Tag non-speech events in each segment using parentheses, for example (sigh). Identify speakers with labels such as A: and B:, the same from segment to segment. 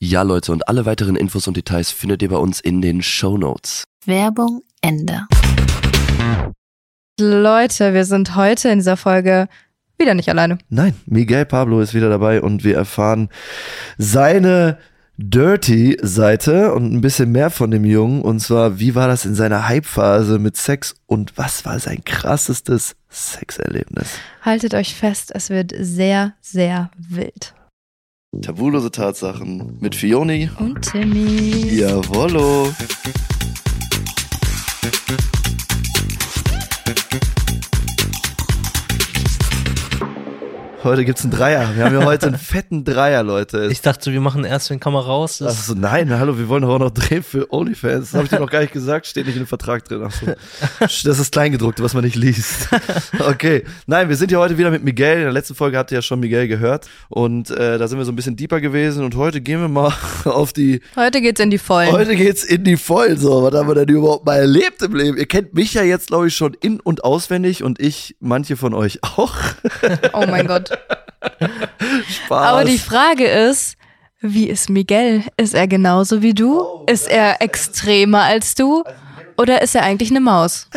A: Ja, Leute, und alle weiteren Infos und Details findet ihr bei uns in den Show Notes.
B: Werbung Ende.
C: Leute, wir sind heute in dieser Folge wieder nicht alleine.
D: Nein, Miguel Pablo ist wieder dabei und wir erfahren seine Dirty-Seite und ein bisschen mehr von dem Jungen. Und zwar, wie war das in seiner Hype-Phase mit Sex und was war sein krassestes Sexerlebnis?
C: Haltet euch fest, es wird sehr, sehr wild.
D: Tabulose Tatsachen mit Fioni.
B: Und Timmy.
D: Jawollo. Heute gibt's einen Dreier. Wir haben ja heute einen fetten Dreier, Leute.
E: Ich dachte, wir machen erst, wenn Kamera raus
D: Ach
E: ist.
D: so, nein, hallo, wir wollen doch auch noch drehen für OnlyFans. Das habe ich dir noch gar nicht gesagt, steht nicht in dem Vertrag drin. Ach so.
C: (laughs)
D: Sch, Das ist Kleingedruckte, was man nicht liest. Okay, nein, wir sind ja heute wieder mit Miguel. In der letzten Folge habt ihr ja schon Miguel gehört. Und äh, da sind wir so ein bisschen deeper gewesen. Und heute gehen wir mal (laughs) auf die...
C: Heute geht's in die Vollen.
D: Heute geht's in die Vollen. So, was haben wir denn überhaupt mal erlebt im Leben? Ihr kennt mich ja jetzt, glaube ich, schon in- und auswendig. Und ich, manche von euch (laughs) auch.
C: Oh
D: (laughs)
C: mein Gott.
D: Spaß.
C: Aber die Frage ist, wie ist Miguel? Ist er genauso wie du?
D: Oh,
C: ist er extremer als du?
D: Also,
C: Oder ist er eigentlich eine Maus?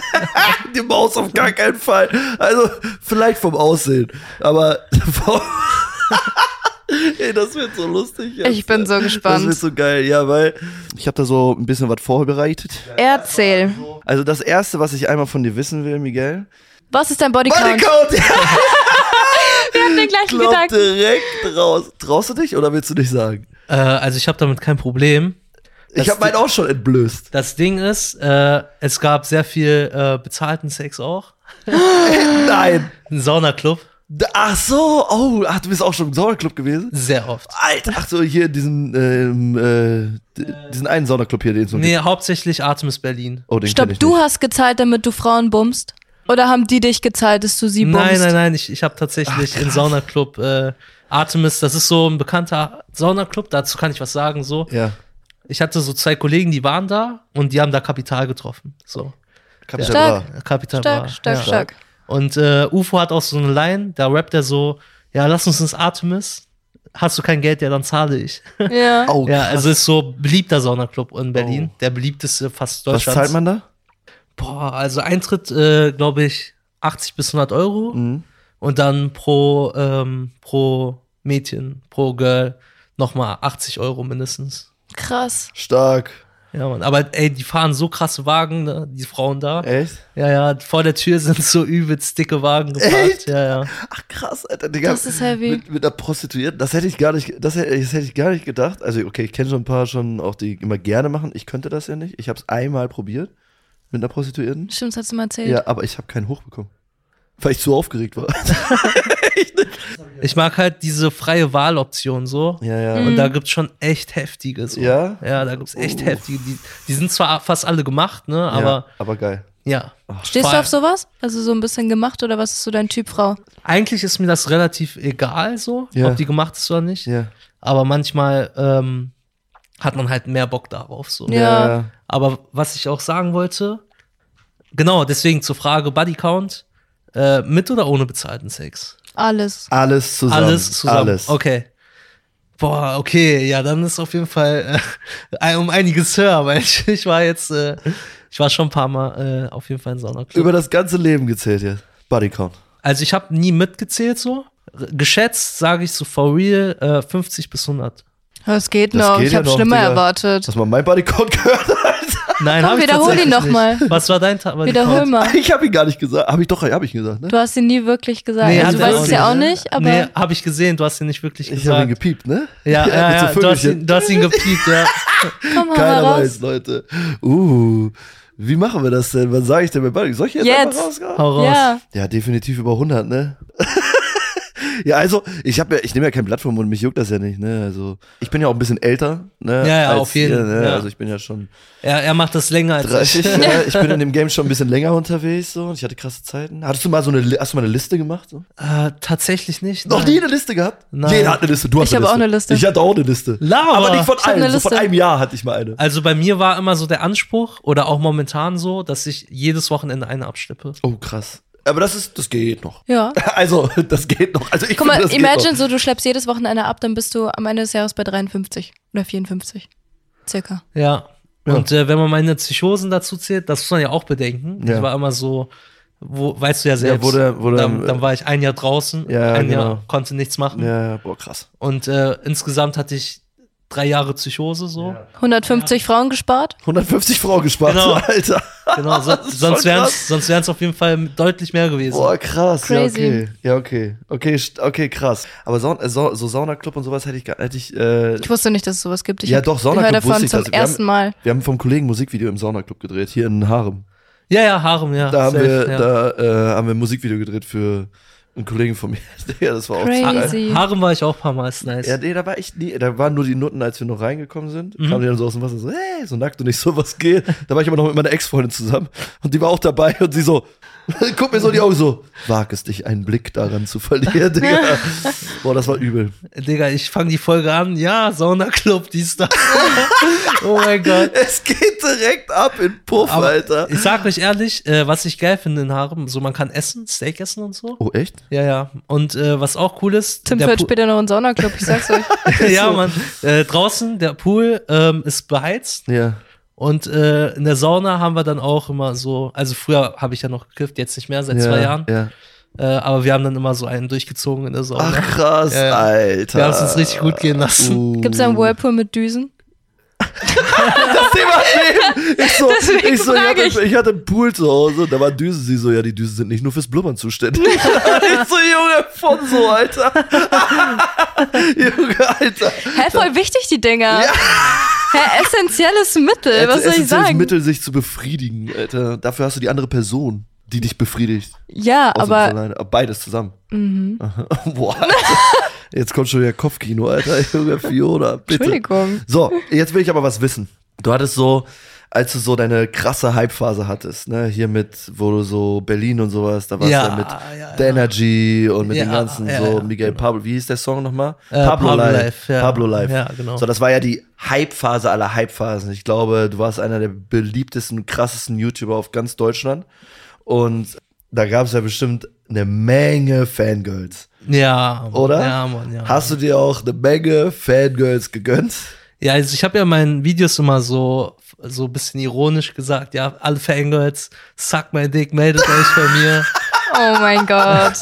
D: die Maus auf gar keinen Fall. Also, vielleicht vom Aussehen, aber (laughs) vom Ey, das wird so lustig. jetzt.
C: Ich bin so
D: Das wird
C: gespannt.
D: so geil, ja, weil ich habe da so ein bisschen was vorbereitet.
C: Erzähl.
D: Also das erste, was ich einmal von dir wissen will, Miguel.
C: Was ist dein
D: (laughs)
C: Bodycount?
D: Bodycount! Ja,
C: Wir haben den gleichen
D: glaub
C: Gedanken.
D: direkt raus. Traust du dich oder willst du nicht sagen?
E: Äh, also ich habe damit kein Problem.
D: ich habe meinen auch schon entblößt.
E: Das Ding ist, äh, es gab sehr viel äh, bezahlten Sex auch.
D: Nein.
E: Ein Saunaclub,
D: D- Ach so, oh, ach, du bist auch schon im Saunaclub gewesen?
E: sehr oft.
D: Alter, ach so, hier diesen, ähm, äh, d- diesen einen Saunaclub hier, den es noch
E: Nee, hauptsächlich Artemis Berlin.
D: Oh, den kenn
C: Stopp,
D: ich
C: du
D: nicht.
C: hast gezahlt, damit du Frauen bummst? Oder haben die dich gezahlt, dass du sie bummst?
E: Nein, nein, nein, ich, ich habe tatsächlich im Saunaclub äh, Artemis, das ist so ein bekannter Saunaclub, dazu kann ich was sagen, so.
D: Ja.
E: Ich hatte so zwei Kollegen, die waren da und die haben da Kapital getroffen, so.
D: Kapital
C: Stark.
D: Bra.
E: Kapital war.
C: Stark, stark,
E: ja.
C: stark.
D: (laughs)
E: Und äh, UFO hat auch so eine Line, da rappt er so, ja, lass uns ins Artemis. Hast du kein Geld, ja, dann zahle ich.
C: Ja.
D: Oh,
E: Ja, also ist so beliebter Saunaclub in Berlin. Der beliebteste fast
D: was
E: Deutschlands.
D: zahlt man da?
E: Boah, also Eintritt, äh, glaube ich, 80 bis 100 Euro.
D: Mhm.
E: Und dann pro, ähm, pro Mädchen, pro Girl nochmal 80 Euro mindestens.
C: Krass.
D: Stark.
E: Ja, Mann. Aber ey, die fahren so krasse Wagen, ne? die Frauen da.
D: Echt?
E: Ja, ja, vor der Tür (laughs) sind so übelst dicke Wagen geparkt.
D: Echt?
E: Ja, ja.
D: Ach krass, Alter, Digga.
C: Das ist heavy.
D: Mit, mit einer Prostituierten, das hätte ich gar nicht, das hätte, das hätte ich gar nicht gedacht. Also, okay, ich kenne schon ein paar schon auch, die immer gerne machen. Ich könnte das ja nicht. Ich habe es einmal probiert mit einer Prostituierten.
C: Stimmt, das hast du mal erzählt.
D: Ja, aber ich habe keinen hochbekommen.
A: Weil ich zu
D: (laughs)
A: aufgeregt war.
E: Ich mag halt diese freie Wahloption so.
A: Ja, ja.
C: Mhm.
E: Und da gibt's schon echt heftige. So.
A: Ja?
E: Ja, da gibt's echt
A: Uh.
E: heftige. Die, die sind zwar fast alle gemacht, ne? Aber
A: ja, aber geil.
E: ja.
F: Stehst
E: Voll.
F: du auf sowas? Also so ein bisschen gemacht oder was ist so dein Typ, Frau?
E: Eigentlich ist mir das relativ egal so,
A: Ja.
E: ob die gemacht ist oder nicht.
A: Ja.
E: Aber manchmal ähm, hat man halt mehr Bock darauf so.
F: Ja.
E: Aber was ich auch sagen wollte, genau, deswegen zur Frage Buddy Count, äh, mit oder ohne bezahlten Sex?
F: Alles.
A: Alles zusammen.
E: Alles zusammen.
A: Alles.
E: Okay. Boah, okay, ja, dann ist auf jeden Fall äh, ein- um einiges höher, weil (laughs) ich, ich war jetzt, äh, ich war schon ein paar Mal äh, auf jeden Fall in Saunaclub.
A: Über das ganze Leben gezählt jetzt. Bodycount.
E: Also ich habe nie mitgezählt so. R- Geschätzt sage ich so for real äh, 50 bis 100.
F: Das geht
A: Das
F: noch.
A: geht
F: ich
A: ja
F: habe
A: noch,
F: schlimmer
A: Digga.
F: erwartet.
A: Dass man mein Bodycount gehört hat.
E: Nein,
F: Komm,
E: hab ich
F: wiederhol
E: tatsächlich
F: ihn doch
E: nicht.
F: mal.
E: Was war dein Tag?
F: Wiederhol
E: Ah.
F: mal.
A: (laughs) Ich habe ihn gar nicht gesagt. Habe ich doch, habe ich ihn gesagt, ne?
F: Du hast ihn nie wirklich gesagt. also, du
E: hat er
F: weißt es ja auch
A: ne?
F: nicht, aber
E: nee, habe ich gesehen, du hast ihn nicht wirklich
A: Ich habe ihn
E: gesagt.
A: gepiept, ne? (laughs)
E: ja,
A: Mit so
E: ja, ja, du hast
A: Vögelchen.
E: ihn, du hast ihn gepiept, ja.
F: komm mal
A: Keiner
F: raus.
A: weiß, Leute. Uh, wie machen wir das denn? Wann sage ich denn mit Bodycount? Soll ich jetzt,
F: Jetzt.
A: einfach rausgraben?
E: Hau raus.
F: Ja,
A: Ja, definitiv über 100, ne? (laughs) ja, also, ich habe ja, ich nehme ja kein Blatt vom Mund, mich juckt das ja nicht, ne? Also, ich bin ja auch ein bisschen älter, ne?
E: Ja, ja,
A: als
E: auf jeden,
A: ihr, ne?
E: ja.
A: Also, ich bin ja schon
E: Er, er macht das länger als (laughs)
A: 30,
E: ich.
A: ne? Ich bin in dem Game schon ein bisschen länger unterwegs, so, und ich hatte krasse Zeiten. Hattest du mal so eine, Li- hast du mal eine Liste gemacht, so?
E: Äh, tatsächlich nicht.
A: Noch
E: nein.
A: nie eine Liste gehabt?
E: Nein.
A: Jeder hat eine Liste, du hast
F: Ich habe auch eine Liste.
A: Ich hatte auch eine Liste.
E: Laber.
A: Aber nicht von
F: hab eine
A: allen, so von
F: Liste.
A: einem Jahr hatte ich mal eine.
E: Also bei mir war immer so der Anspruch oder auch momentan so, dass ich jedes Wochenende eine abschleppe.
A: Oh, krass. Aber das ist, das geht noch. (laughs)
F: ja.
A: Also, das geht noch. Also, ich
F: Guck
A: finde,
F: mal,
A: (laughs) das geht
F: imagine
A: noch.
F: so, du schleppst jedes Wochenende ab, dann bist du am Ende des Jahres bei 53 oder 54. Circa.
E: Ja.
A: Ja.
E: Und äh, wenn man meine Psychosen dazu zählt, das muss man ja auch bedenken.
A: Ja.
E: Ich war immer so, wo, weißt du ja selbst.
A: wurde- wurde-
E: dann, dann war ich ein Jahr draußen,
A: Ja,
E: ein Jahr
A: genau.
E: konnte nichts machen.
A: Ja, boah, krass.
E: Und äh, insgesamt hatte ich drei Jahre Psychose so.
F: 150 Frauen gespart?
A: 150 Frauen gespart,
E: Genau.
A: (laughs) Alter.
E: (laughs) Genau, so,
A: ist
E: sonst
A: schon
E: wären
A: krass.
E: es sonst wären's auf jeden Fall deutlich mehr gewesen.
A: Boah, krass.
F: Crazy.
A: Ja, okay. Ja, okay. Okay, st- okay krass. Aber Saun äh, so, so Saunaclub und sowas hätte ich gar hätte ich, äh,
F: Ich wusste nicht, dass es sowas gibt. Ich
A: Ja,
F: hab-
A: doch,
F: ich
A: Saunaclub
F: höre davon
A: wusste ich,
F: zum
A: dass wir haben-
F: ersten Mal.
A: wir haben vom Kollegen ein Musikvideo im Saunaclub gedreht, hier in Harem.
E: Ja, ja, Harem, ja.
A: Da haben
E: safe,
A: wir,
E: ja.
A: da, äh, haben wir ein Musikvideo gedreht für einen Kollegen von mir. (laughs) ja, das war auch
F: Crazy.
A: zu geil.
E: Ha Harem war ich auch ein paar Mal, ist nice.
A: Ja, nee, da war ich nie, da waren nur die Nutten, als wir noch reingekommen sind.
E: Mhm.
A: Kamen die dann so aus dem Wasser, so, hey, so nackt und ich so, was geht? Da war ich aber noch mit meiner Ex-Freundin zusammen und die war auch dabei und sie so, (laughs) guck mir so in die Augen so, wag es dich, einen Blick daran zu verlieren,
F: (laughs)
A: Digga. Boah, das war übel. (laughs)
E: Digga, ich fange die Folge an. Ja, Saunaclub, dies, das. (laughs) oh mein Gott.
A: Es geht direkt ab in Puff,
E: Aber
A: Alter.
E: Ich sag euch ehrlich, äh, was ich geil finde in Harem, so man kann essen, Steak essen und so.
A: Oh, echt?
E: Ja, ja. Und äh, was auch cool ist,
F: Tim
E: der
F: fährt
E: Pool-
F: später noch in den Saunaclub, ich sag's
A: (laughs)
F: euch.
E: (laughs) ja, man, äh, draußen der Pool ähm, ist beheizt
A: Ja.
E: und äh, in der Sauna haben wir dann auch immer so, also früher habe ich ja noch gekifft, jetzt nicht mehr seit
A: ja,
E: zwei Jahren,
A: Ja.
E: äh, aber wir haben dann immer so einen durchgezogen in der Sauna.
A: Ach, krass,
E: Ja, ja.
A: Alter.
E: wir haben es uns richtig gut gehen lassen.
A: Uh.
F: Gibt's da einen Whirlpool mit Düsen?
A: das Thema Leben. Ich so,
F: Deswegen
A: ich, so ich,
F: frag
A: hatte,
F: ich.
A: ich hatte einen Pool zu Hause, da waren Düsen. Sie so, ja, die Düsen sind nicht nur fürs Blubbern zuständig. (laughs) ich so, Junge, von so, Alter. (laughs) Junge, Alter.
F: Hä, voll wichtig, die Dinger. Ja. Hä, essentielles Mittel, Äh, was soll ich
A: Essentielles
F: sagen?
A: Mittel, sich zu befriedigen, Alter. Dafür hast du die andere Person, die dich befriedigt.
F: Ja,
A: Außer
F: aber
A: von alleine. Aber beides zusammen.
F: Mhm.
A: Aha. (laughs) Boah, Alter. Jetzt kommt schon wieder Kopfkino, Alter. Junge, Fiona, bitte.
F: Entschuldigung.
A: So, jetzt will ich aber was wissen. Du hattest so, als du so deine krasse Hype-Phase hattest, ne, hier mit, wo du so Berlin und sowas, da warst du ja, mit
E: ja,
A: The Energy und mit
E: Ja,
A: den ganzen
E: ja,
A: so
E: ja, genau.
A: Miguel Pablo, wie hieß der Song nochmal?
E: Äh, Pablo Life, ja.
A: Pablo Life.
E: Ja, genau.
A: So, das war ja die Hype-Phase aller Hype-Phasen. Ich glaube, du warst einer der beliebtesten und krassesten YouTuber auf ganz Deutschland. Und da gab es ja bestimmt eine Menge Fangirls,
E: Ja, Mann.
A: oder?
E: Ja, Mann, ja.
A: Hast du dir auch eine Menge Fangirls gegönnt?
E: Ja, also ich habe ja in meinen Videos immer so so ein bisschen ironisch gesagt, ja, alle Fangirls, suck my dick, meldet euch bei
A: (laughs)
E: mir.
F: Oh mein Gott.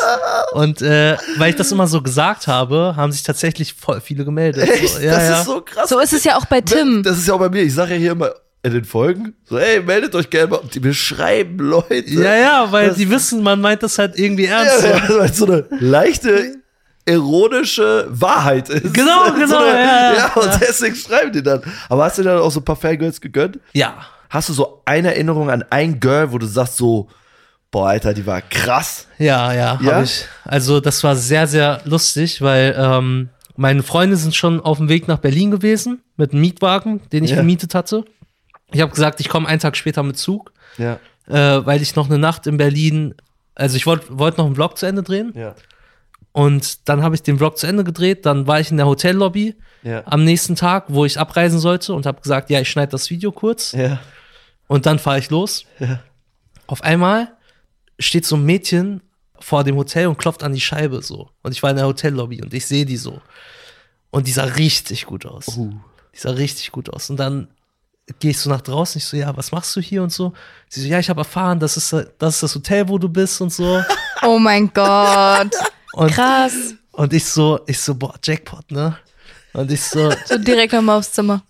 E: Und äh, weil ich das immer so gesagt habe, haben sich tatsächlich voll viele gemeldet. So, ja,
A: das
E: ja.
A: ist so krass.
F: So ist es ja auch bei Tim.
A: Das ist ja auch bei mir. Ich sage ja hier immer in den Folgen, so, ey, meldet euch gerne mal. Und die beschreiben Leute.
E: ja, ja, weil
A: Das-
E: die wissen, man meint das halt irgendwie ernst.
A: Ja, (laughs)
E: so.
A: ja, weil es so eine leichte ironische Wahrheit ist. (laughs)
E: Genau,
A: so
E: genau, ja, ja.
A: und deswegen schreiben die dann. Aber hast du dir dann auch so ein paar Fangirls gegönnt?
E: Ja.
A: Hast du so eine Erinnerung an ein Girl, wo du sagst so, Boah, Alter, die war krass.
E: Ja, ja,
A: Ja?
E: habe ich. Also das war sehr, sehr lustig, weil ähm, meine Freunde sind schon auf dem Weg nach Berlin gewesen mit einem Mietwagen, den ich
A: Ja.
E: gemietet hatte. Ich habe gesagt, ich komme einen Tag später mit Zug,
A: Ja,
E: äh, weil ich noch eine Nacht in Berlin, also ich wollte wollt noch einen Vlog zu Ende drehen
A: ja,
E: und dann habe ich den Vlog zu Ende gedreht, dann war ich in der Hotellobby
A: ja.
E: am nächsten Tag, wo ich abreisen sollte und habe gesagt, ja, ich schneide das Video kurz
A: Ja,
E: und dann fahre ich los.
A: ja.
E: Auf einmal steht so ein Mädchen vor dem Hotel und klopft an die Scheibe so. Und ich war in der Hotellobby und ich sehe die so. Und die sah richtig gut aus.
A: Oh.
E: Die sah richtig gut aus. Und dann gehe ich so nach draußen. Ich so, ja, was machst du hier und so? Sie so, ja, ich habe erfahren, das ist, das ist das Hotel, wo du bist und so.
F: Oh mein Gott.
E: Und,
F: Krass.
E: und ich so, ich so, boah, Jackpot, ne? Und ich so, (laughs)
F: So direkt nochmal aufs Zimmer.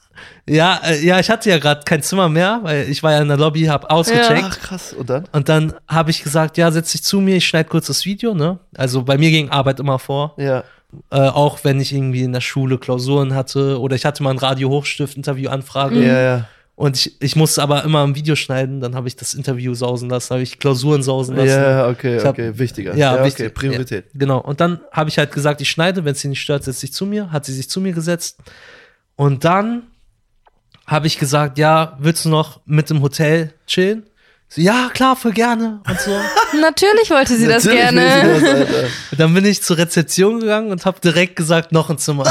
E: ja, äh, ja, ich hatte ja gerade kein Zimmer mehr, weil ich war ja in der Lobby, hab ausgecheckt.
A: Ach, krass. Und dann?
E: Und dann habe ich gesagt, ja, setz dich zu mir, ich schneide kurz das Video, ne? Also bei mir ging Arbeit immer vor.
A: Ja.
E: Äh, auch wenn ich irgendwie in der Schule Klausuren hatte oder ich hatte mal ein Radio Hochstift Interview Anfrage
A: Ja, ja.
E: und ich, ich musste aber immer ein Video schneiden, dann habe ich das Interview sausen lassen, habe ich Klausuren sausen lassen.
A: Ja, okay,
E: Mhm. Ich hab-
A: okay. Wichtiger.
E: Ja,
A: okay.
E: wichtig.
A: Priorität.
E: Ja, genau. Und dann habe ich halt gesagt, ich schneide, wenn es sie nicht stört, setz dich zu mir. Hat sie sich zu mir gesetzt. Und dann habe ich gesagt, ja, willst du noch mit dem Hotel chillen? Sie, ja, klar, voll gerne.
A: (laughs)
E: Und so.
F: Natürlich wollte sie das
A: Natürlich
F: gerne.
A: will sie das, Alter.
E: Und dann bin ich zur Rezeption gegangen und habe direkt gesagt, noch
A: (laughs)
E: ein Zimmer.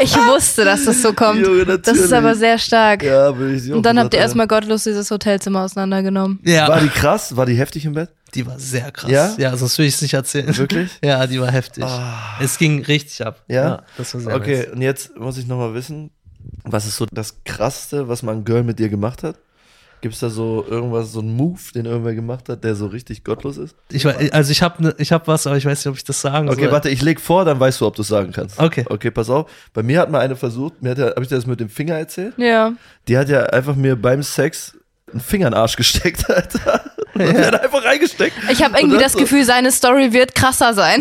F: Ich wusste, dass das so (laughs) kommt.
A: Junge,
F: das ist
A: natürlich.
F: aber sehr stark.
A: Ja, würde ich sie auch
F: Und dann habt ihr
A: gesagt,
F: erstmal gottlos dieses Hotelzimmer auseinandergenommen.
A: Alter. War
E: Ja,
A: die krass? War die heftig im Bett?
E: die war sehr krass.
A: Ja?
E: sonst würde ich es nicht erzählen.
A: Wirklich?
E: (laughs) Ja, die war heftig.
A: Ah.
E: Es ging richtig ab.
A: Ja?
E: das war sehr
A: Okay,
E: nice.
A: und jetzt muss ich nochmal wissen, was ist so das Krasseste, was mal ein Girl mit dir gemacht hat? Gibt es da so irgendwas, so einen Move, den irgendwer gemacht hat, der so richtig gottlos ist?
E: Ich, war- also ich habe ne, ich hab was, aber ich weiß nicht, ob ich das sagen
A: Okay,
E: soll.
A: warte, ich leg vor, dann weißt du, ob du es sagen kannst.
E: Okay.
A: Also Okay, pass auf. Bei mir hat mal eine versucht, mir hat ja, hab ich dir das mit dem Finger erzählt?
F: Ja.
A: Die hat ja einfach mir beim Sex einen Finger in den Arsch gesteckt, (laughs) Alter. Und die hat einfach reingesteckt.
F: Ich habe irgendwie
A: Und
F: das
A: so-
F: Gefühl, seine Story wird krasser
A: (laughs)
F: sein.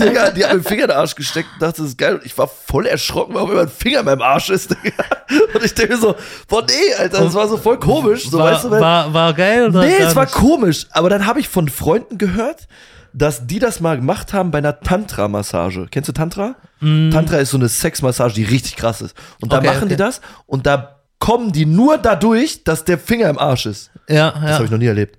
A: Digga, die hat mir den Finger in den Arsch gesteckt und dachte, das ist geil. Und ich war voll erschrocken, warum immer ein Finger in meinem Arsch ist, Digga. Und ich denke mir so, boah, nee, Alter, das war so voll komisch. So,
E: war,
A: weißt du, wenn-
E: war, war geil oder?
A: Nee,
E: gar
A: es war
E: nicht?
A: komisch. Aber dann habe ich von Freunden gehört, dass die das mal gemacht haben bei einer Tantra-Massage. Kennst du Tantra? Tantra ist so eine Sexmassage, die richtig krass ist. Und da
E: Mm. Okay,
A: machen die
E: okay.
A: das und da kommen die nur dadurch, dass der Finger im Arsch ist.
E: Ja,
A: Das
E: ja.
A: habe ich noch nie erlebt.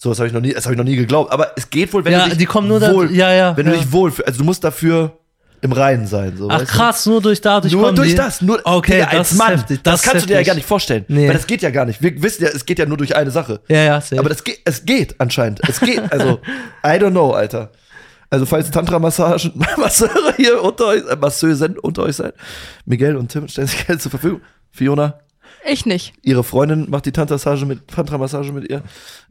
A: So, das habe ich noch nie, das habe ich noch nie geglaubt. Aber es geht wohl, wenn
E: Ja,
A: du dich
E: die kommen nur da-
A: wohl,
E: ja, ja,
A: wenn du
E: ja.
A: dich wohl, fühl- also du musst dafür im Reinen sein. So,
E: Ach
A: weißt du?
E: krass, nur durch dadurch
A: Nur
E: kommen
A: durch
E: die?
A: das, nur
E: okay,
A: Digga,
E: das
A: als
E: ist
A: Mann.
E: heftig,
A: das, kannst
E: ist
A: du dir ja
E: heftig.
A: gar nicht vorstellen.
E: Nee.
A: Weil das geht ja gar nicht. Wir wissen ja, es geht ja nur durch eine Sache.
E: Ja, ja, safe.
A: Aber das geht, es geht anscheinend. Es geht.
E: (laughs)
A: Also, I don't know, Alter. Also, falls Tantra-Massagen, (laughs) Masseure hier unter euch, äh, Masseusen unter euch seid, Miguel und Tim stellen sich gerne zur Verfügung. Fiona,
F: Ich nicht.
A: ihre Freundin macht die Tantra-Massage mit, Tantra-Massage mit ihr.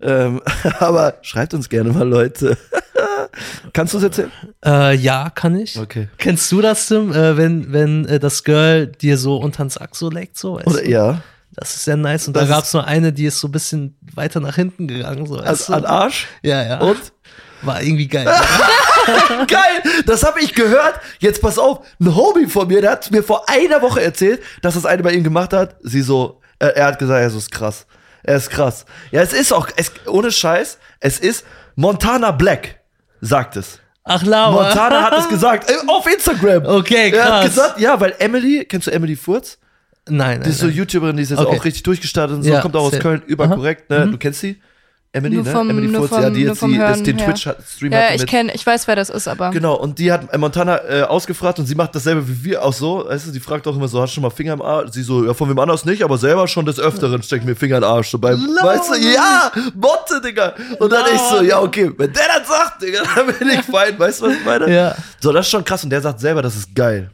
A: Ähm, (laughs) aber schreibt uns gerne mal, Leute. (laughs) Kannst du es erzählen?
E: äh, ja, kann ich.
A: Okay.
E: Kennst du das, Tim, äh, wenn, wenn äh, das Girl dir so unter den Sack so leckt? So, weißt
A: Oder,
E: du?
A: ja.
E: Das ist sehr nice. Und
A: Das
E: da
A: ist-
E: gab es nur eine, die ist so ein bisschen weiter nach hinten gegangen. So, weißt
A: Also,
E: du?
A: an Arsch?
E: ja, ja.
A: Und?
E: War irgendwie geil. (laughs)
A: Geil, das habe ich gehört. Jetzt pass auf, ein Homie von mir, der hat mir vor einer Woche erzählt, dass das eine bei ihm gemacht hat. Sie so, er, er hat gesagt, er so ist krass. Er ist krass. Ja, es ist auch, es, ohne Scheiß, es ist Montana Black, sagt es.
E: Ach, Laura.
A: Montana hat es gesagt, äh, auf Instagram.
E: Okay,
A: Er hat
E: krass.
A: gesagt, ja, weil Emily, kennst du Emily Furz?
E: (laughs) Nein,
A: Die
E: nein,
A: ist so
E: nein.
A: YouTuberin, die ist jetzt
E: Okay.
A: auch richtig durchgestartet und so,
E: Ja, Mhm.
A: kommt auch aus
E: safe.
A: Köln, überkorrekt, ne? Du kennst sie? Emily,
F: Nur
A: ne?
F: vom-
A: Emily
F: nur
A: Furz,
F: vom-
A: ja, die
F: nur
A: jetzt
F: vom
A: die,
F: Hören,
A: ist den
F: ja.
A: Twitch-Stream
F: Ja,
A: hatte
F: ich
A: mit-
F: kenne, ich weiß, wer das ist, aber.
A: Genau, und die hat äh, Montana äh, ausgefragt und sie macht dasselbe wie wir auch so. Weißt du, die fragt auch immer so, hast du schon mal Finger im Arsch? Sie so, ja, von wem anders nicht, aber selber schon des Öfteren steckt mir Finger im Arsch. So beim, weißt du, ja, Botte, Digga. Und dann ich so, ja, okay, wenn der das sagt, Digga, dann bin ich fein. Weißt du, was ich meine?
E: Ja.
A: So, das ist schon krass und der sagt selber, das ist geil.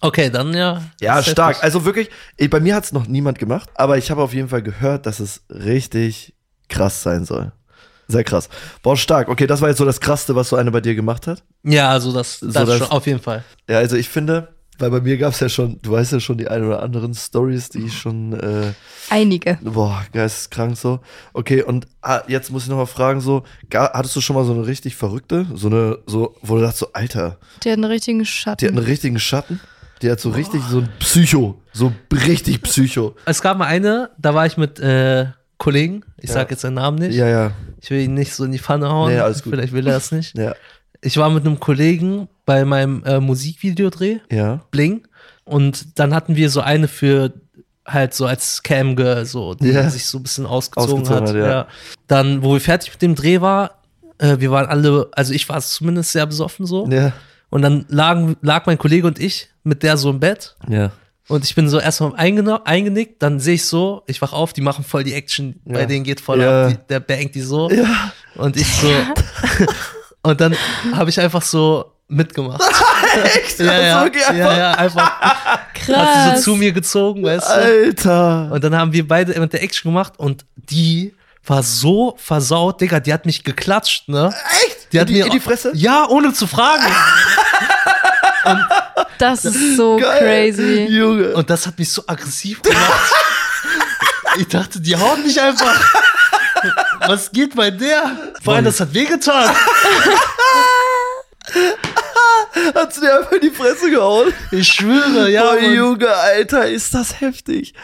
E: Okay, dann ja.
A: Ja,
E: Safe.
A: stark. Also wirklich, ey, bei mir hat es noch niemand gemacht, aber ich habe auf jeden Fall gehört, dass es richtig krass sein soll. Sehr krass. Boah, stark. Okay, das war jetzt so das Krasseste, was so eine bei dir gemacht hat.
E: Ja, also das, das,
A: das-
E: schon, auf jeden Fall.
A: Ja, also ich finde, weil bei mir gab's ja schon, du weißt ja schon die ein oder anderen Stories, die ich schon, äh,
F: Einige.
A: boah, geisteskrank so. Okay, und ah, jetzt muss ich nochmal fragen, so, ga- hattest du schon mal so eine richtig verrückte? So eine, so, wo du dachtest, so, Alter,
F: Die hat einen richtigen
A: die hat
F: Schatten.
A: einen richtigen Schatten? Die hat so richtig, so ein Psycho, so richtig Psycho.
E: Es gab mal eine, da war ich mit äh, Kollegen, ich
A: Ja.
E: sag jetzt seinen Namen nicht,
A: Ja, ja.
E: ich will ihn nicht so in die Pfanne hauen,
A: Nee, alles gut.
E: vielleicht will er es nicht.
A: Ja.
E: Ich war mit einem Kollegen bei meinem äh, Musikvideodreh,
A: Ja.
E: Bling, und dann hatten wir so eine für halt so als Cam Girl, so, die
A: Ja.
E: sich so ein bisschen ausgezogen,
A: Ausgezogen
E: hat.
A: hat, ja.
E: ja. Dann, wo wir fertig mit dem Dreh war, äh, wir waren alle, also ich war zumindest sehr besoffen so.
A: Ja.
E: Und dann lagen, lag mein Kollege und ich mit der so im Bett.
A: Ja.
E: Und ich bin so erstmal eingena- eingenickt, dann sehe ich so, ich wach auf, die machen voll die Action, bei denen geht voll
A: Ja.
E: ab, die, der bangt die so. Und ich so. (laughs) und dann habe ich einfach so mitgemacht. Echt? Ja,
A: Hast du
E: ja,
A: wirklich
E: ja, ja, einfach hat sie
C: Krass.
E: so zu mir gezogen, weißt du.
A: Alter.
E: Und dann haben wir beide mit der Action gemacht und die war so versaut, Digga, die hat mich geklatscht, ne?
A: Äh?
E: Echt? Die hat
A: In die-
E: mir
A: in die Fresse?
E: Ja, ohne zu fragen.
C: das ist so crazy.
A: Junge.
E: Und das hat mich so aggressiv gemacht.
A: (laughs)
E: ich dachte, die haut mich einfach. Was geht bei der? Vor allem, das hat wehgetan.
A: Hat sie dir einfach in die Fresse gehauen?
E: Ich schwöre, ja.
A: Boah,
E: Mann.
A: Junge, Alter, ist das heftig.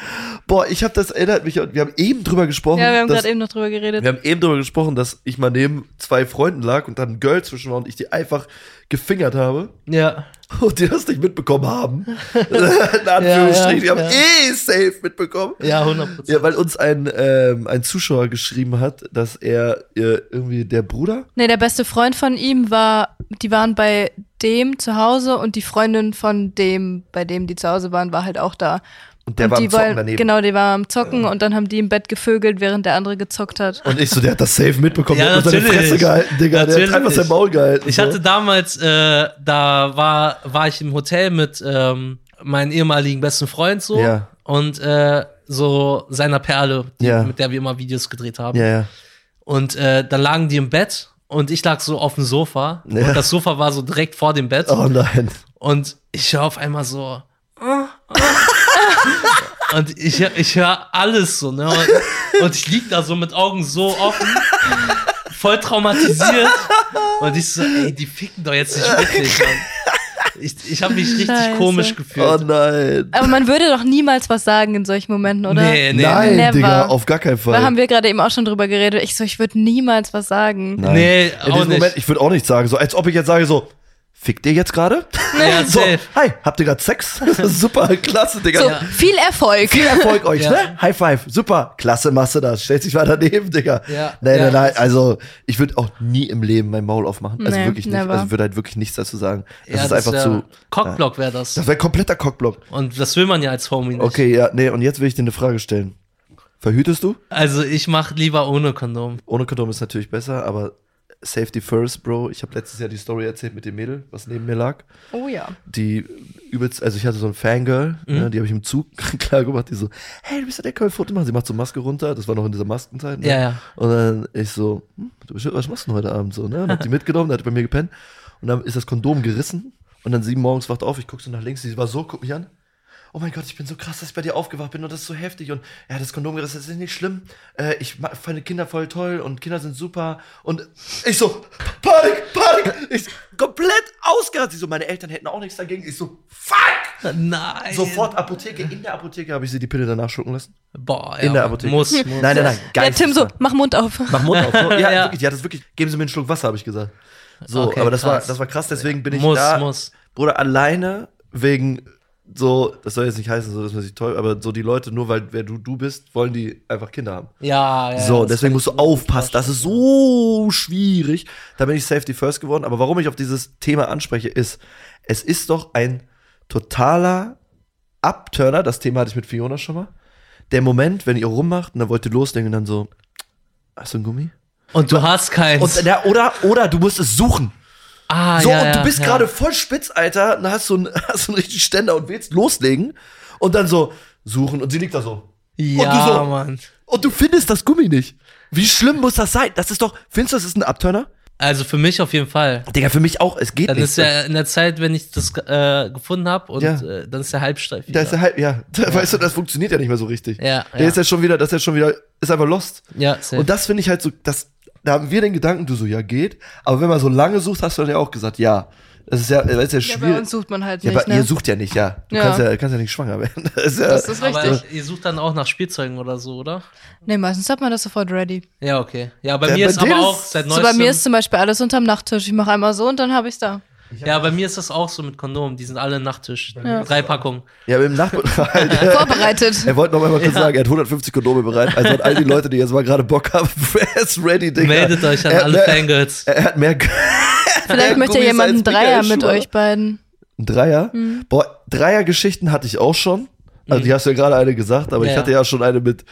A: Boah, ich habe das erinnert mich, wir haben eben drüber gesprochen.
F: Ja, wir haben
A: dass-
F: gerade eben noch drüber geredet.
A: wir haben eben drüber gesprochen, dass ich mal neben zwei Freunden lag und dann ein Girl zwischen war und ich die einfach gefingert habe
E: Ja.
A: und die das nicht mitbekommen
E: (laughs)
A: haben. In Anführungsstrichen, die haben
E: ja.
A: eh safe mitbekommen.
E: Ja, 100 Prozent.
A: Ja, weil uns ein, ähm, ein Zuschauer geschrieben hat, dass er äh, irgendwie der Bruder
F: Nee, der beste Freund von ihm war, die waren bei dem zu Hause und die Freundin von dem, bei dem die zu Hause waren, war halt auch da.
A: und der
F: und
A: war
F: die
A: am Zocken
F: wollen-
A: daneben.
F: Genau, die war am Zocken und dann haben die im Bett gevögelt, während der andere gezockt hat.
A: Und ich so, der hat das safe mitbekommen,
E: Ja,
A: der hat seine
E: natürlich.
A: Fresse gehalten, Digga. Der
E: Natürlich.
A: hat einfach sein Maul gehalten.
E: Ich
A: so.
E: hatte damals, äh, da war, war ich im Hotel mit ähm, meinem ehemaligen besten Freund so
A: Ja.
E: und äh, so seiner Perle, die,
A: Ja.
E: mit der wir immer Videos gedreht haben.
A: Ja, ja.
E: Und äh, dann lagen die im Bett und ich lag so auf dem Sofa
A: Ja.
E: und das Sofa war so direkt vor dem Bett
A: Oh nein.
E: und ich höre auf einmal so "Ah, ah." und ich, hör- ich höre alles so ne und, und ich lieg da so mit Augen so offen voll traumatisiert und ich so ey die ficken doch jetzt nicht wirklich Mann. ich ich habe mich richtig
F: Scheiße.
E: komisch
A: Oh
E: gefühlt
A: nein.
F: Aber man würde doch niemals was sagen in solchen Momenten, oder?
E: Äh, nee nee
A: Nein,
F: Never.
A: Digga, auf gar keinen Fall.
F: Da haben wir gerade eben auch schon drüber geredet. Ich so, ich würde niemals was sagen.
A: Nein.
E: Nee,
A: In
E: auch
A: diesem
E: nicht.
A: Moment, ich würde auch nicht sagen, so als ob ich jetzt sage, so, fickt ihr jetzt gerade? (laughs)
E: Ja,
A: so,
E: safe.
A: hi, habt ihr gerade Sex? (laughs) super, klasse, Digga.
F: So, viel Erfolg.
A: Viel Erfolg euch,
E: Ja.
A: ne? High five, super, klasse machst du das. Stellst dich mal daneben, Digga.
E: Ja.
A: Nein,
E: Ja.
A: nein, nein. Also, ich würde auch nie im Leben mein Maul aufmachen. Also
F: Nee,
A: wirklich nicht.
F: never.
A: Also, ich würde halt wirklich nichts dazu sagen. Das
E: Ja,
A: ist einfach
E: wär-
A: zu.
E: Cockblock wäre das
A: Das wäre kompletter Cockblock.
E: und das will man ja als Homie nicht
A: Okay, ja, nee, und jetzt will ich dir eine Frage stellen. Verhütest du?
E: also ich mach lieber ohne Kondom
A: Ohne Kondom ist natürlich besser, aber Safety first, Bro. Ich habe letztes Jahr die Story erzählt mit dem Mädel, was neben mir lag.
F: Oh ja.
A: Die übelst, also ich hatte so ein Fangirl,
E: Mhm.
A: ne, die habe ich im Zug (laughs) klar gemacht, die so, hey, du bist ja der, können wir ein Foto machen? Sie macht so Maske runter, das war noch in dieser Maskenzeit. Ne?
E: Ja, ja.
A: Und dann ich so, hm, du bist, was machst du denn heute Abend so, ne? Und
E: (laughs)
A: hab die mitgenommen, dann hat die bei mir gepennt. Und dann ist das Kondom gerissen und dann sie morgens wacht auf, ich guck so nach links, sie war so, guck mich an. Oh mein Gott, ich bin so krass, dass ich bei dir aufgewacht bin und das ist so heftig und ja, das Kondom gerissen, das ist nicht schlimm. Äh, ich ma- finde Kinder voll toll und Kinder sind super und ich so, Panik, Panik, ich so, komplett ausgerastet. Sie so, meine Eltern hätten auch nichts dagegen. Ich so, fuck!
E: Nein.
A: Sofort Apotheke, in der Apotheke habe ich sie die Pille danach schlucken lassen.
E: Boah, ja,
A: In der Apotheke.
E: Muss, muss.
A: Nein, nein, nein, gar
F: Ja,
A: nicht
F: Tim so,
A: sagen.
F: mach Mund auf.
A: Mach Mund auf.
E: (laughs)
A: So, ja,
E: Ja.
A: Wirklich, die hat das wirklich. Geben Sie mir einen Schluck Wasser, habe ich gesagt. So,
E: Okay,
A: aber das war,
E: krass.
A: das war krass, deswegen bin ich
E: muss,
A: da.
E: muss.
A: Bruder, alleine wegen so, das soll jetzt nicht heißen, so dass man sich toll, aber so die Leute, nur weil wer du du bist, wollen die einfach Kinder haben.
E: Ja, ja.
A: so,
E: das
A: deswegen
E: kann
A: musst
E: ich
A: du
E: mir gut
A: aufpassen. Das ist
E: vorstellen.
A: so schwierig. Da bin ich Safety First geworden. Aber warum ich auf dieses Thema anspreche, ist, es ist doch ein totaler Abturner, das Thema hatte ich mit Fiona schon mal. Der Moment, wenn ihr rummacht und dann wollt ihr loslegen und dann so, hast du einen Gummi?
E: Und du hast keins.
A: Und, na, oder, oder du musst es suchen.
E: ah,
A: So,
E: ja,
A: und du
E: ja,
A: bist
E: ja.
A: gerade voll spitz, Alter. Dann hast du einen, (laughs) hast so einen richtigen Ständer und willst loslegen. Und dann so suchen. Und sie liegt da so.
E: Ja,
A: und du so-
E: Mann.
A: Und du findest das Gummi nicht. Wie schlimm muss das sein? Das ist doch, findest du, das ist ein Abturner?
E: Also für mich auf jeden Fall.
A: Digga, für mich auch. Es geht
E: Dann
A: nicht.
E: ist ja in der Zeit, wenn ich das äh, gefunden habe und
A: Ja.
E: äh, dann ist der halbsteif
A: da
E: wieder.
A: ist er halt, ja. (laughs) Da, Weißt du, das funktioniert ja nicht mehr so richtig.
E: Ja,
A: Der
E: ja.
A: ist ja schon wieder, das ist ja schon wieder, ist einfach lost.
E: ja, safe.
A: Und das finde ich halt so, das, da haben wir den Gedanken, du so, ja, geht. Aber wenn man so lange sucht, hast du dann ja auch gesagt, ja. Das ist ja, das ist ja
C: Ja, bei
A: schwierig.
C: uns sucht man halt
A: Ja,
C: nicht,
A: aber
C: ne?
A: ihr sucht ja nicht, ja. Du
C: Ja.
A: Kannst, ja, kannst ja nicht schwanger werden. (laughs) Das ist ja,
C: das ist richtig.
E: Aber ihr sucht dann auch nach Spielzeugen oder so, oder?
C: Nee, meistens hat man das sofort ready.
E: Ja, okay. Ja, bei
A: Ja,
E: mir
A: bei
E: ist
A: denen
E: aber auch
A: ist-
E: seit
C: So,
E: neuestem.
C: bei mir ist zum Beispiel alles unterm Nachttisch. Ich mache einmal so und dann habe ich es da.
E: ja, bei mir ist das auch so mit Kondomen. Die sind alle im Nachttisch. Drei Packungen.
A: ja, mit dem
E: (laughs)
A: Nachbarn.
C: Vorbereitet.
A: (laughs) Er wollte noch einmal kurz sagen, er hat 150 Kondome bereit. Also an all die Leute, die jetzt mal gerade Bock haben, (laughs) er ist ready, Digga.
E: Meldet euch an
A: er,
E: alle
A: er,
E: Fangirls.
A: Er hat mehr
C: Vielleicht möchte
A: Gummis
C: jemand einen
A: als
C: Dreier
A: Mega-Schuhe.
C: mit euch beiden.
A: Ein Dreier? Boah, Dreier-Geschichten hatte ich auch schon. Also, die hast du ja gerade eine gesagt, aber ich
E: Mhm. Ja.
A: hatte ja schon eine mit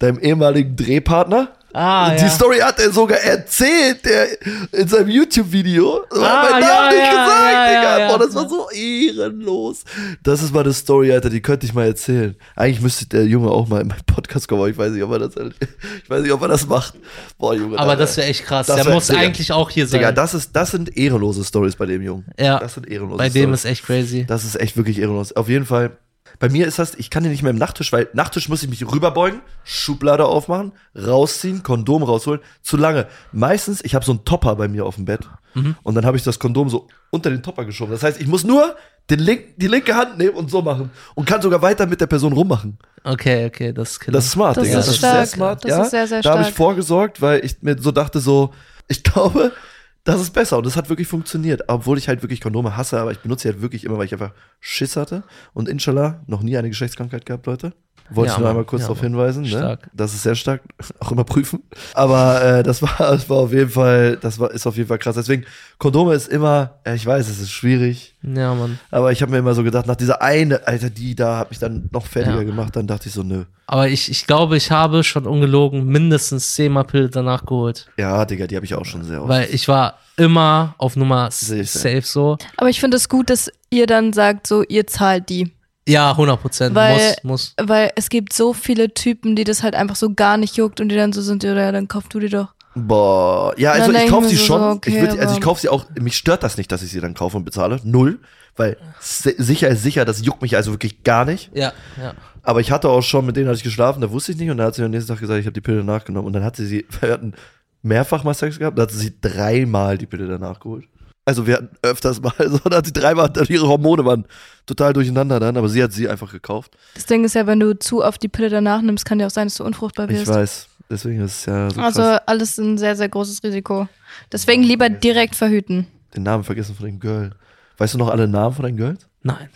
A: deinem ehemaligen Drehpartner.
E: Ah,
A: die Story hat er sogar erzählt der, in seinem YouTube-Video. Ah,
E: Ah,
A: mein Name
E: ja,
A: nicht
E: ja,
A: gesagt,
E: ja,
A: Digga.
E: ja, ja.
A: Boah, das war so ehrenlos. Das ist mal eine Story, Alter, die könnte ich mal erzählen. Eigentlich müsste der Junge auch mal in meinen Podcast kommen, aber ich weiß nicht, ob er das, ich weiß nicht, ob er das macht. Boah, Junge.
E: Aber
A: Alter.
E: das wäre echt krass.
A: Das
E: Der
A: wär-
E: muss
A: Digga.
E: eigentlich auch hier sein.
A: Digga, das, ist, das sind ehrenlose Stories bei dem Jungen.
E: Ja.
A: Das sind ehrenlose
E: bei dem
A: Stories.
E: ist echt crazy.
A: Das ist echt wirklich ehrenlos. Auf jeden Fall. Bei mir ist das, ich kann den nicht mehr im Nachttisch, weil Nachttisch muss ich mich rüberbeugen, Schublade aufmachen, rausziehen, Kondom rausholen. Zu lange. Meistens, ich habe so einen Topper bei mir auf dem Bett. Und dann habe ich das Kondom so unter den Topper geschoben. Das heißt, ich muss nur den link, die linke Hand nehmen und so machen. Und kann sogar weiter mit der Person rummachen.
E: Okay, okay, das ist killer.
A: Das ist smart,
C: Das
A: Digga.
C: ist stark. Das ist sehr, sehr
A: da habe ich
C: stark.
A: vorgesorgt, weil ich mir so dachte, so, ich (laughs) glaube, das ist besser. Und das hat wirklich funktioniert. Obwohl ich halt wirklich Kondome hasse, aber ich benutze sie halt wirklich immer, weil ich einfach Schiss hatte. Und inshallah, noch nie eine Geschlechtskrankheit gehabt, Leute. Wollte
E: Ja,
A: ich nur
E: Mann.
A: einmal kurz
E: Ja,
A: darauf
E: Mann.
A: hinweisen. Ne?
E: Stark.
A: Das ist sehr stark. (laughs) Auch immer prüfen. Aber äh, das, war, das war auf jeden Fall, das war, ist auf jeden Fall krass. Deswegen, Kondome ist immer, äh, ich weiß, es ist schwierig.
E: ja, Mann.
A: Aber ich habe mir immer so gedacht, nach dieser eine, Alter, die da hat mich dann noch fertiger
E: Ja.
A: gemacht. Dann dachte ich so, nö.
E: Aber ich, ich glaube, ich habe schon ungelogen mindestens zehnmal Pille danach geholt.
A: Ja, Digga, die habe ich auch schon sehr oft.
E: Weil ich war immer auf Nummer s-
A: Oh. Safe,
E: safe so.
C: Aber ich finde es gut, dass ihr dann sagt, so, ihr zahlt die.
E: Ja, 100 Prozent.
C: Weil-
E: Muss, muss.
C: Weil es gibt so viele Typen, die das halt einfach so gar nicht juckt und die dann so sind, ja, ja, dann kauf du die doch.
A: Boah, ja, also
C: Dann
A: ich
C: denke
A: kaufe
C: ich
A: sie
C: mir so,
A: schon.
C: okay,
A: ich würd, also ich
C: aber-
A: kaufe sie auch. Mich stört das nicht, dass ich sie dann kaufe und bezahle. Null. Weil si- sicher ist sicher, das juckt mich also wirklich gar nicht.
E: Ja, ja.
A: Aber ich hatte auch schon, mit denen hatte ich geschlafen, da wusste ich nicht. Und dann hat sie mir am nächsten Tag gesagt, ich habe die Pille nachgenommen. Und dann hat sie sie, (laughs) wir hatten mehrfach mal Sex gehabt, dann hat sie sie dreimal die Pille danach geholt. Also wir hatten öfters mal, (laughs) so, dann hat sie dreimal, dann ihre Hormone waren total durcheinander dann, aber sie hat sie einfach gekauft.
C: Das Ding ist ja, wenn du zu oft die Pille danach nimmst, kann ja auch sein, dass du unfruchtbar wirst.
A: Ich weiß, deswegen ist es ja so
C: also
A: krass.
C: alles ein sehr, sehr großes Risiko. Deswegen lieber direkt verhüten.
A: Den Namen vergessen von den Girl. Weißt du noch alle Namen von den Girls? (laughs)
E: Nein.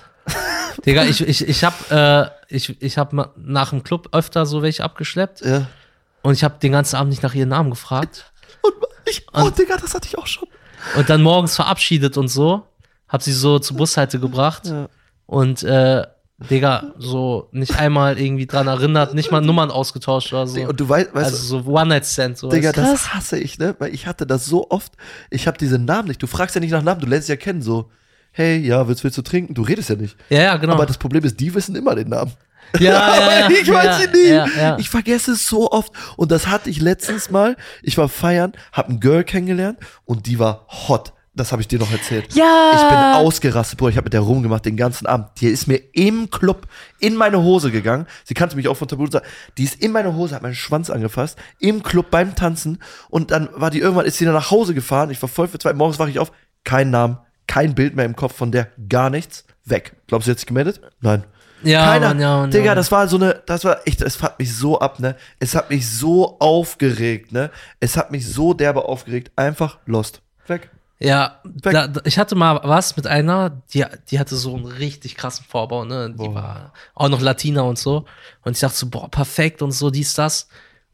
E: Digga, ich, ich, ich hab, äh, ich, ich hab ma- nach dem Club öfter so welche abgeschleppt
A: Ja.
E: und ich hab den ganzen Abend nicht nach ihren Namen gefragt.
A: Und ich, oh, Digga, das hatte ich auch schon.
E: Und dann morgens verabschiedet und so. Hab sie so zur Bushalte gebracht.
A: Ja.
E: Und äh, Digga, so nicht einmal irgendwie dran erinnert, nicht mal Nummern ausgetauscht oder so.
A: Und du weißt, weißt du,
E: also so One-Night-Stand, so
A: Digga,
E: weißt du.
A: das hasse ich, ne? Weil ich hatte das so oft. Ich habe diese Namen nicht. Du fragst ja nicht nach Namen, du lernst ja kennen. So, hey, ja, willst, willst du trinken? Du redest ja nicht.
E: Ja, ja, genau.
A: Aber das Problem ist, die wissen immer den Namen.
E: ja,
A: Aber (laughs)
E: ja, ja,
A: ich weiß
E: ja,
A: sie nie.
E: Ja, ja.
A: Ich vergesse es so oft. Und das hatte ich letztens mal. Ich war feiern, hab ein Girl kennengelernt und die war hot. Das habe ich dir noch erzählt.
C: Ja.
A: Ich bin ausgerastet, Bruder. Ich habe mit der rumgemacht den ganzen Abend. Die ist mir im Club in meine Hose gegangen. Sie kannte mich auch von Tabu. Die ist in meine Hose, hat meinen Schwanz angefasst. Im Club beim Tanzen. Und dann war die irgendwann, ist sie dann nach Hause gefahren. Ich war voll verzweifelt. Morgens wache ich auf. Kein Namen, kein Bild mehr im Kopf von der. Gar nichts. Weg. Glaubst du, sie hat sich gemeldet? Nein.
E: Ja,
A: Keiner.
E: Mann, ja, Mann,
A: Digga,
E: ja, Mann.
A: das war so eine, das war echt, es hat mich so ab, ne? Es hat mich so aufgeregt, ne? Es hat mich so derbe aufgeregt. Einfach lost. Weg.
E: Ja, da, da, ich hatte mal was mit einer, die, die hatte so einen richtig krassen Vorbau, ne? Die war auch noch Latina und so. Und ich dachte so, boah, perfekt und so, dies, das.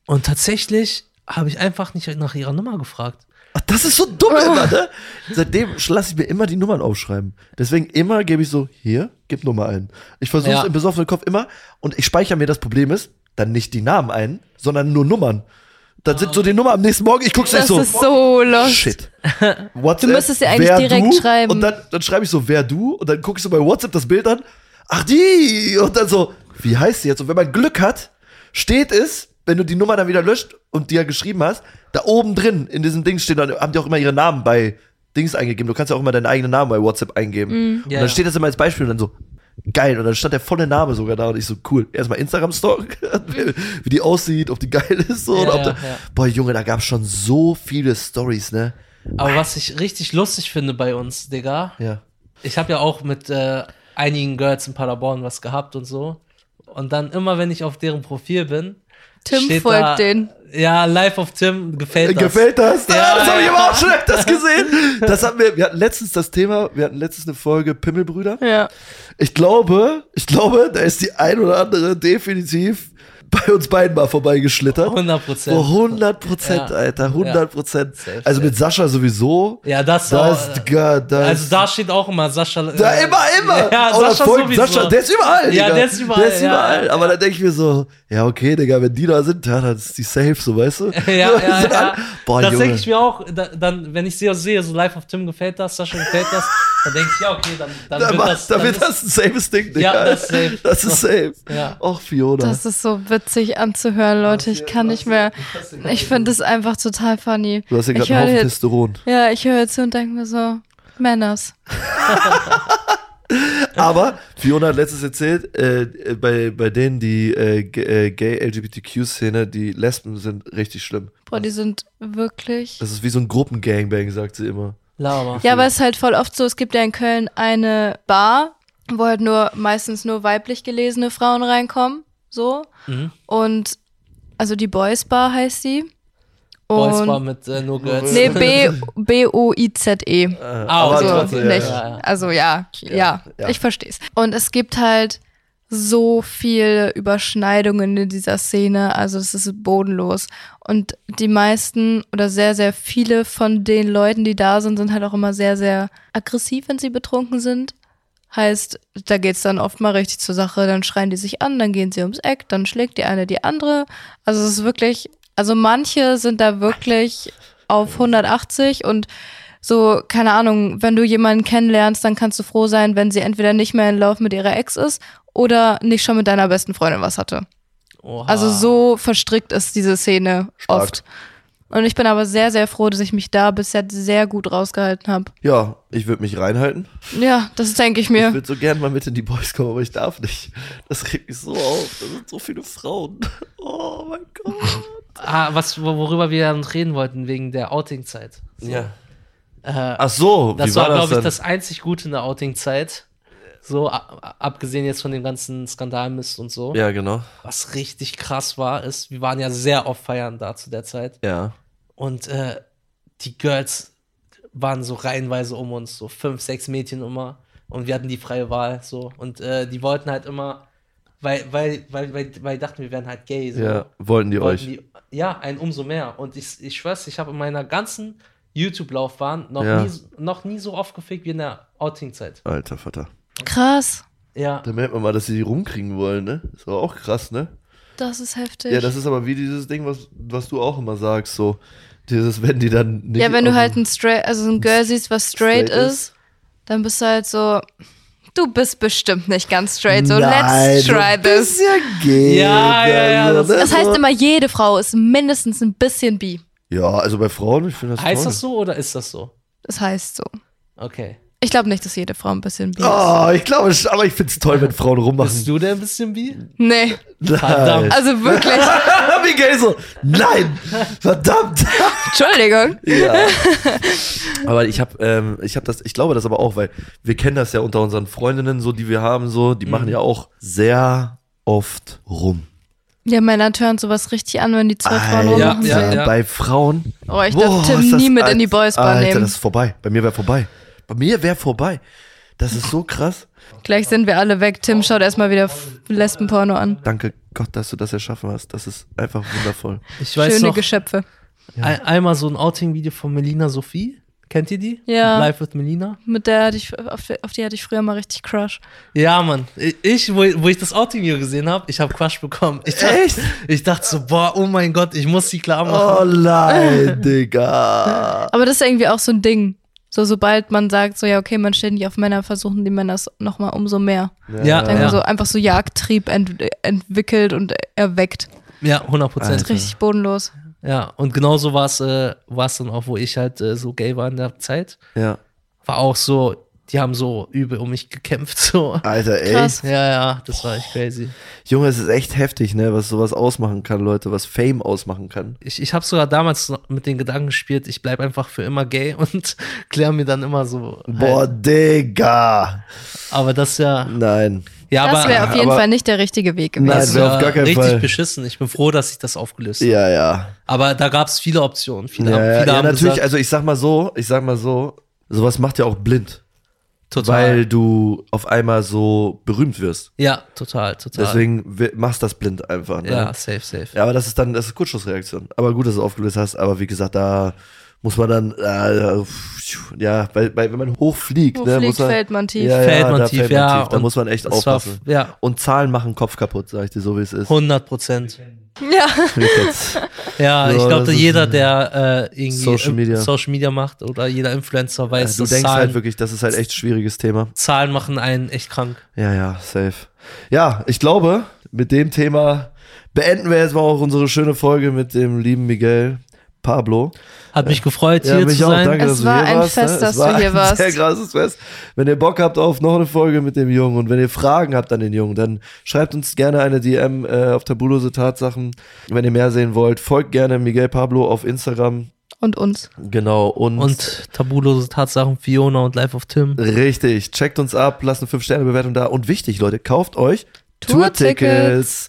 E: Und tatsächlich habe ich einfach nicht nach ihrer Nummer gefragt.
A: Ach, das ist so dumm immer,
E: (laughs)
A: ne? Seitdem lasse ich mir immer die Nummern aufschreiben. Deswegen immer gebe ich so, hier, gib Nummer ein. Ich versuche es
E: Ja.
A: im besoffenen Kopf immer und ich speichere mir das Problem ist, dann nicht die Namen ein, sondern nur Nummern. Dann
E: Ah.
A: sind so die Nummer am nächsten Morgen, ich guck's nicht
C: Das
A: so.
C: ist so lost. (laughs)
A: Shit. WhatsApp,
C: müsstest ja eigentlich
A: wer
C: direkt
A: du?
C: schreiben.
A: Und dann, dann schreibe ich so, wer du? Und dann gucke ich so bei WhatsApp das Bild an. Ach die! Und dann so, wie heißt sie jetzt? Und wenn man Glück hat, steht es, wenn du die Nummer dann wieder löscht und die ja geschrieben hast, da oben drin in diesem Ding stehen, dann haben die auch immer ihre Namen bei Dings eingegeben. Du kannst ja auch immer deinen eigenen Namen bei WhatsApp
C: Mhm.
A: eingeben. und
E: Ja,
A: dann
E: ja.
A: steht das immer als Beispiel und dann so, geil. Und dann stand der volle Name sogar da und ich so, cool. Erstmal Instagram-Stalk, (laughs)
C: Mhm.
A: wie die aussieht, ob die geil ist. So,
E: Ja,
A: und ob
E: ja,
A: da,
E: ja.
A: Boah, Junge, da gab es schon so viele Stories, ne?
E: Aber was ich richtig lustig finde bei uns, Digga,
A: Ja.
E: ich habe ja auch mit äh, einigen Girls in Paderborn was gehabt und so. Und dann immer, wenn ich auf deren Profil bin,
C: Tim
E: steht
C: folgt
E: da,
C: denen.
E: Ja, Life of Tim gefällt das.
A: Gefällt das?
E: Ja.
A: Ah, das habe ich aber auch schon
E: (laughs)
A: öfters gesehen. Das hatten wir, wir hatten letztens das Thema, wir hatten letztens eine Folge Pimmelbrüder.
C: Ja.
A: Ich glaube, ich glaube, da ist die ein oder andere definitiv bei uns beiden mal vorbeigeschlittert.
E: 100
A: Wo
E: Prozent.
A: 100 Prozent,
E: Ja.
A: Alter, 100 Prozent.
E: Safe,
A: Also mit Sascha sowieso.
E: Ja, das,
A: Das,
E: auch, äh,
A: ga- das
E: Also da steht auch immer Sascha.
A: Da
E: äh,
A: immer, immer.
E: Ja,
A: Oder
E: Sascha
A: folgt
E: sowieso.
A: Sascha, der ist überall.
E: Ja,
A: Digga.
E: der ist überall,
A: Der ist
E: ja,
A: überall.
E: ja,
A: Aber da denke ich mir so, ja, okay, Digga, wenn die da sind, ja, dann ist die safe, so weißt du.
E: (laughs) (laughs) ja,
A: (laughs)
E: ja,
A: Sind
E: ja.
A: alle- Boah,
E: das denke
A: Junge.
E: ich mir auch, da, dann, wenn ich sie auch sehe, so Life of Tim gefällt das, Sascha gefällt das, (laughs) dann denke ich, ja, okay, dann, dann
A: Da
E: wird
A: macht-
E: das.
A: da
E: dann
A: wird
E: ist-
A: das ein safes Ding, Digga.
E: Ja, das ist safe.
A: Das ist safe.
E: Ja.
A: Och, Fiona.
C: Das ist so witzig anzuhören, Leute. Ich kann nicht mehr. Ich finde es einfach total funny.
A: du hast hier
C: ich
A: gerade einen
C: höre
A: Haufen
C: jetzt,
A: Testosteron.
C: ja, ich höre jetzt zu und denke mir so, Männers.
A: Aber Fiona hat letztens erzählt, äh, äh, bei, bei denen die äh, g- äh, Gay-LGBTQ-Szene, die Lesben sind richtig schlimm.
C: Boah, die sind wirklich.
A: Das ist wie so ein Gruppengangbang, sagt sie immer.
E: Lama.
C: Ja, aber es ist halt voll oft so, es gibt ja in Köln eine Bar, wo halt nur meistens nur weiblich gelesene Frauen reinkommen, so.
E: Mhm.
C: Und also die Boys Bar heißt sie. Und
E: Boys war mit äh, nur Girls.
C: nee, B B O I Z E.
A: Äh,
E: aber
C: so,
E: Genau, trotzdem, ja,
C: nicht.
E: ja, ja.
C: Also ja, ja,
A: ja.
C: ich versteh's. Und es gibt halt so viele Überschneidungen in dieser Szene, also es ist bodenlos. Und die meisten oder sehr, sehr viele von den Leuten, die da sind, sind halt auch immer sehr, sehr aggressiv, wenn sie betrunken sind. Heißt, da geht's dann oft mal richtig zur Sache, dann schreien die sich an, dann gehen sie ums Eck, dann schlägt die eine die andere. Also es ist wirklich, also manche sind da wirklich auf 180 und so, keine Ahnung, wenn du jemanden kennenlernst, dann kannst du froh sein, wenn sie entweder nicht mehr in Love mit ihrer Ex ist oder nicht schon mit deiner besten Freundin was hatte.
E: (laughs) Oha.
C: Also so verstrickt ist diese Szene
A: Ah. Stark.
C: oft. Und ich bin aber sehr, sehr froh, dass ich mich da bisher sehr gut rausgehalten habe.
A: Ja, ich würde mich reinhalten.
C: Ja, das denke ich
A: Ich
C: mir.
A: würde so gern mal mit in die Boys kommen, aber ich darf nicht. Das regt mich so auf. Da sind so viele Frauen. (laughs) Oh mein Gott.
E: Ah, was, wo- worüber wir dann reden wollten, wegen der Outing-Zeit.
A: Ja.
E: Äh,
A: Ach so,
E: das
A: wie
E: war,
A: war,
E: glaube ich,
A: das
E: das einzig Gute in der Outing-Zeit. So, a- abgesehen jetzt von dem ganzen Skandalmist und so.
A: dann? Ja, genau.
E: Was richtig krass war, ist, wir waren ja sehr oft feiern da zu der Zeit.
A: Ja.
E: Und äh, die Girls waren so reihenweise um uns, so fünf, sechs Mädchen immer. Und wir hatten die freie Wahl, so. Und äh, die wollten halt immer, weil, weil, weil, weil, weil die dachten, wir wären halt gay, so.
A: Ja, wollten die
E: wollten
A: euch.
E: Die, ja, ein umso mehr. Und ich, ich schwör's, ich habe in meiner ganzen YouTube-Laufbahn noch,
A: Ja.
E: nie, noch nie so oft gefickt wie in der Outing-Zeit.
A: Alter Vater.
C: Krass.
E: Ja.
A: Da merkt man mal, dass sie die rumkriegen wollen, ne? Ist aber auch krass, ne?
C: Das ist heftig.
A: Ja, das ist aber wie dieses Ding, was, was du auch immer sagst, so. Dieses, wenn die dann nicht.
C: Ja, wenn du
A: auf-
C: halt ein straight, also ein Girl siehst, was straight,
A: straight
C: ist, dann bist du halt so, du bist bestimmt nicht ganz straight, so
A: Nein,
C: let's try
A: du
C: this.
A: bist ja gay.
E: Ja, ja, ja,
A: also, ne?
C: Das heißt
A: So.
C: immer, jede Frau ist mindestens ein bisschen bi.
A: Ja, also bei Frauen, ich finde das
E: Heißt
A: toll.
E: das so oder ist das so?
C: Das heißt so.
E: Okay.
C: Ich glaube nicht, dass jede Frau ein bisschen bi ist.
A: Oh, ich glaube, sch- aber ich finde es toll, wenn Frauen rummachen. (laughs)
E: Bist du der ein bisschen wie?
C: Nee,
E: Verdammt.
C: also wirklich.
A: (laughs) Wie geil so. Nein!
E: (laughs)
A: Verdammt!
C: Entschuldigung.
A: Ja. (laughs) Aber ich habe, ähm, ich habe das, ich glaube das aber auch, weil wir kennen das ja unter unseren Freundinnen so, die wir haben so, die
E: Mhm.
A: machen ja auch sehr oft rum.
C: Ja, Männer hören sowas richtig an, wenn die zwei Frauen
A: Alter,
C: rummachen.
E: ja, ja.
A: Bei Frauen.
C: Oh, ich darf
A: Boah,
C: Tim
A: ist das-
C: nie mit in die
A: Alter,
C: Boys Bar
A: Alter,
C: nehmen.
A: das ist vorbei. Bei mir wäre vorbei. Bei mir wäre vorbei. Das ist so krass.
C: Gleich sind wir alle weg. Tim schaut erstmal wieder F- Lesbenporno an.
A: Danke Gott, dass du das erschaffen hast. Das ist einfach wundervoll.
E: Ich weiß
C: Schöne
E: noch,
C: Geschöpfe.
E: ein, einmal so ein Outing-Video von Melina Sophie. Kennt ihr die?
C: Ja.
E: Live with Melina.
C: Mit der hatte ich, auf, auf die hatte ich früher mal richtig Crush.
E: Ja, Mann. Ich, wo, wo ich das Outing-Video gesehen habe, ich habe Crush bekommen. Ich dachte,
A: Echt?
E: Ich dachte so, boah, oh mein Gott, ich muss sie klar machen.
A: Oh nein, Digga.
C: Aber das ist irgendwie auch so ein Ding. So, sobald man sagt, so, ja, okay, man steht nicht auf Männer, versuchen die Männer es nochmal umso mehr.
E: ja,
C: Dann
E: ja,
C: so einfach so Jagdtrieb ent entwickelt und erweckt.
E: ja, 100
C: Das
E: Prozent.
C: ist richtig bodenlos.
E: Ja, und genauso war es äh, war's dann auch, wo ich halt äh, so gay war in der Zeit.
A: Ja.
E: War auch so, Die haben so übel um mich gekämpft. (laughs) So.
A: Alter, ey.
C: Krass.
E: Ja, ja, das war echt crazy.
A: Junge, es ist echt heftig, ne, was sowas ausmachen kann, Leute, was Fame ausmachen kann.
E: Ich, ich habe sogar damals noch mit den Gedanken gespielt, ich bleib einfach für immer gay (laughs) und kläre mir dann immer so. halt.
A: Boah, Digga.
E: Aber das ist ja.
A: Nein.
E: Ja,
C: das
E: aber
C: wäre auf jeden
A: aber-
C: Fall nicht der richtige Weg gewesen.
A: Nein,
E: das
A: wär auf
E: wär
A: gar keinen
E: richtig
A: Fall.
E: beschissen. Ich bin froh, dass ich das aufgelöst habe.
A: Ja, ja.
E: Aber da gab es viele Optionen. Viele,
A: Ja,
E: haben-
A: ja,
E: viele
A: ja
E: haben
A: natürlich,
E: gesagt,
A: also ich sag mal so, ich sag mal so, sowas macht ja auch blind,
E: total.
A: also weil du auf einmal so berühmt wirst.
E: ja, total, total.
A: Deswegen wi- machst das blind einfach. Ne?
E: ja, safe, safe.
A: Ja, aber das ist dann, das ist Kurzschlussreaktion. Aber gut, dass du es aufgelöst hast. Aber wie gesagt, da muss man dann, äh, pf, ja, weil, weil wenn man hochfliegt,
C: Wo
A: ne,
C: fliegt,
A: muss man,
C: fällt man tief.
A: Ja,
E: Fällt man
A: da
E: tief,
A: fällt man
E: ja,
A: tief. Da
E: und
A: muss man echt
E: Das war,
A: aufpassen.
E: ja,
A: Und Zahlen machen Kopf kaputt, sag ich dir, so wie es ist. (laughs)
E: 100 Prozent.
C: Ja.
A: Jetzt.
E: Ja,
A: So,
E: ich
A: das
E: glaube,
A: ist-
E: jeder, der äh, irgendwie
A: Social
E: im-
A: Media.
E: Social Media macht oder jeder Influencer
A: Ja,
E: weiß,
A: du
E: dass
A: denkst
E: Zahlen,
A: halt wirklich, das ist halt echt ein schwieriges Thema.
E: Zahlen machen einen echt krank.
A: Ja, ja, safe. Ja, ich glaube, mit dem Thema beenden wir jetzt mal auch unsere schöne Folge mit dem lieben Miguel Pablo.
E: Hat mich gefreut,
A: Ja,
E: hier
A: mich
E: zu
A: auch.
E: sein.
A: Danke,
C: Es
A: dass
C: war
A: du hier
C: ein
A: warst.
C: Fest,
A: ne? Es
C: dass
A: war
C: du hier
A: ein (laughs)
C: warst.
A: Sehr krasses Fest. Wenn ihr Bock habt auf noch eine Folge mit dem Jungen und wenn ihr Fragen habt an den Jungen, dann schreibt uns gerne eine DM äh, auf Tabulose Tatsachen. Wenn ihr mehr sehen wollt, folgt gerne Miguel Pablo auf Instagram.
C: Und uns.
A: Genau. Und,
E: Und tabulose Tatsachen, Fiona und Life of Tim.
A: richtig, checkt uns ab, lasst eine 5-Sterne-Bewertung da. Und wichtig, Leute, kauft euch Tourtickets.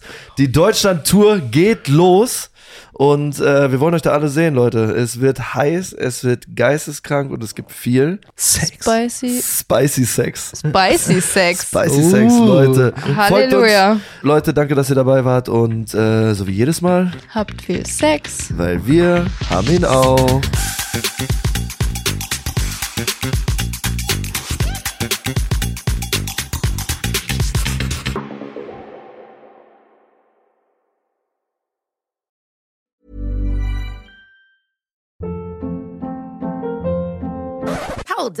C: Tourtickets.
A: Die Deutschland-Tour geht los. Und äh, wir wollen euch da alle sehen, Leute. Es wird heiß, es wird geisteskrank und es gibt viel.
E: Sex.
C: Spicy,
A: Spicy Sex.
C: spicy Sex.
A: Spicy Sex,
E: Uh.
A: Leute. Folgt uns.
C: Halleluja.
A: Leute, danke, dass ihr dabei wart und äh, so wie jedes Mal,
C: Habt viel Sex.
A: weil wir haben ihn auch.
G: Hold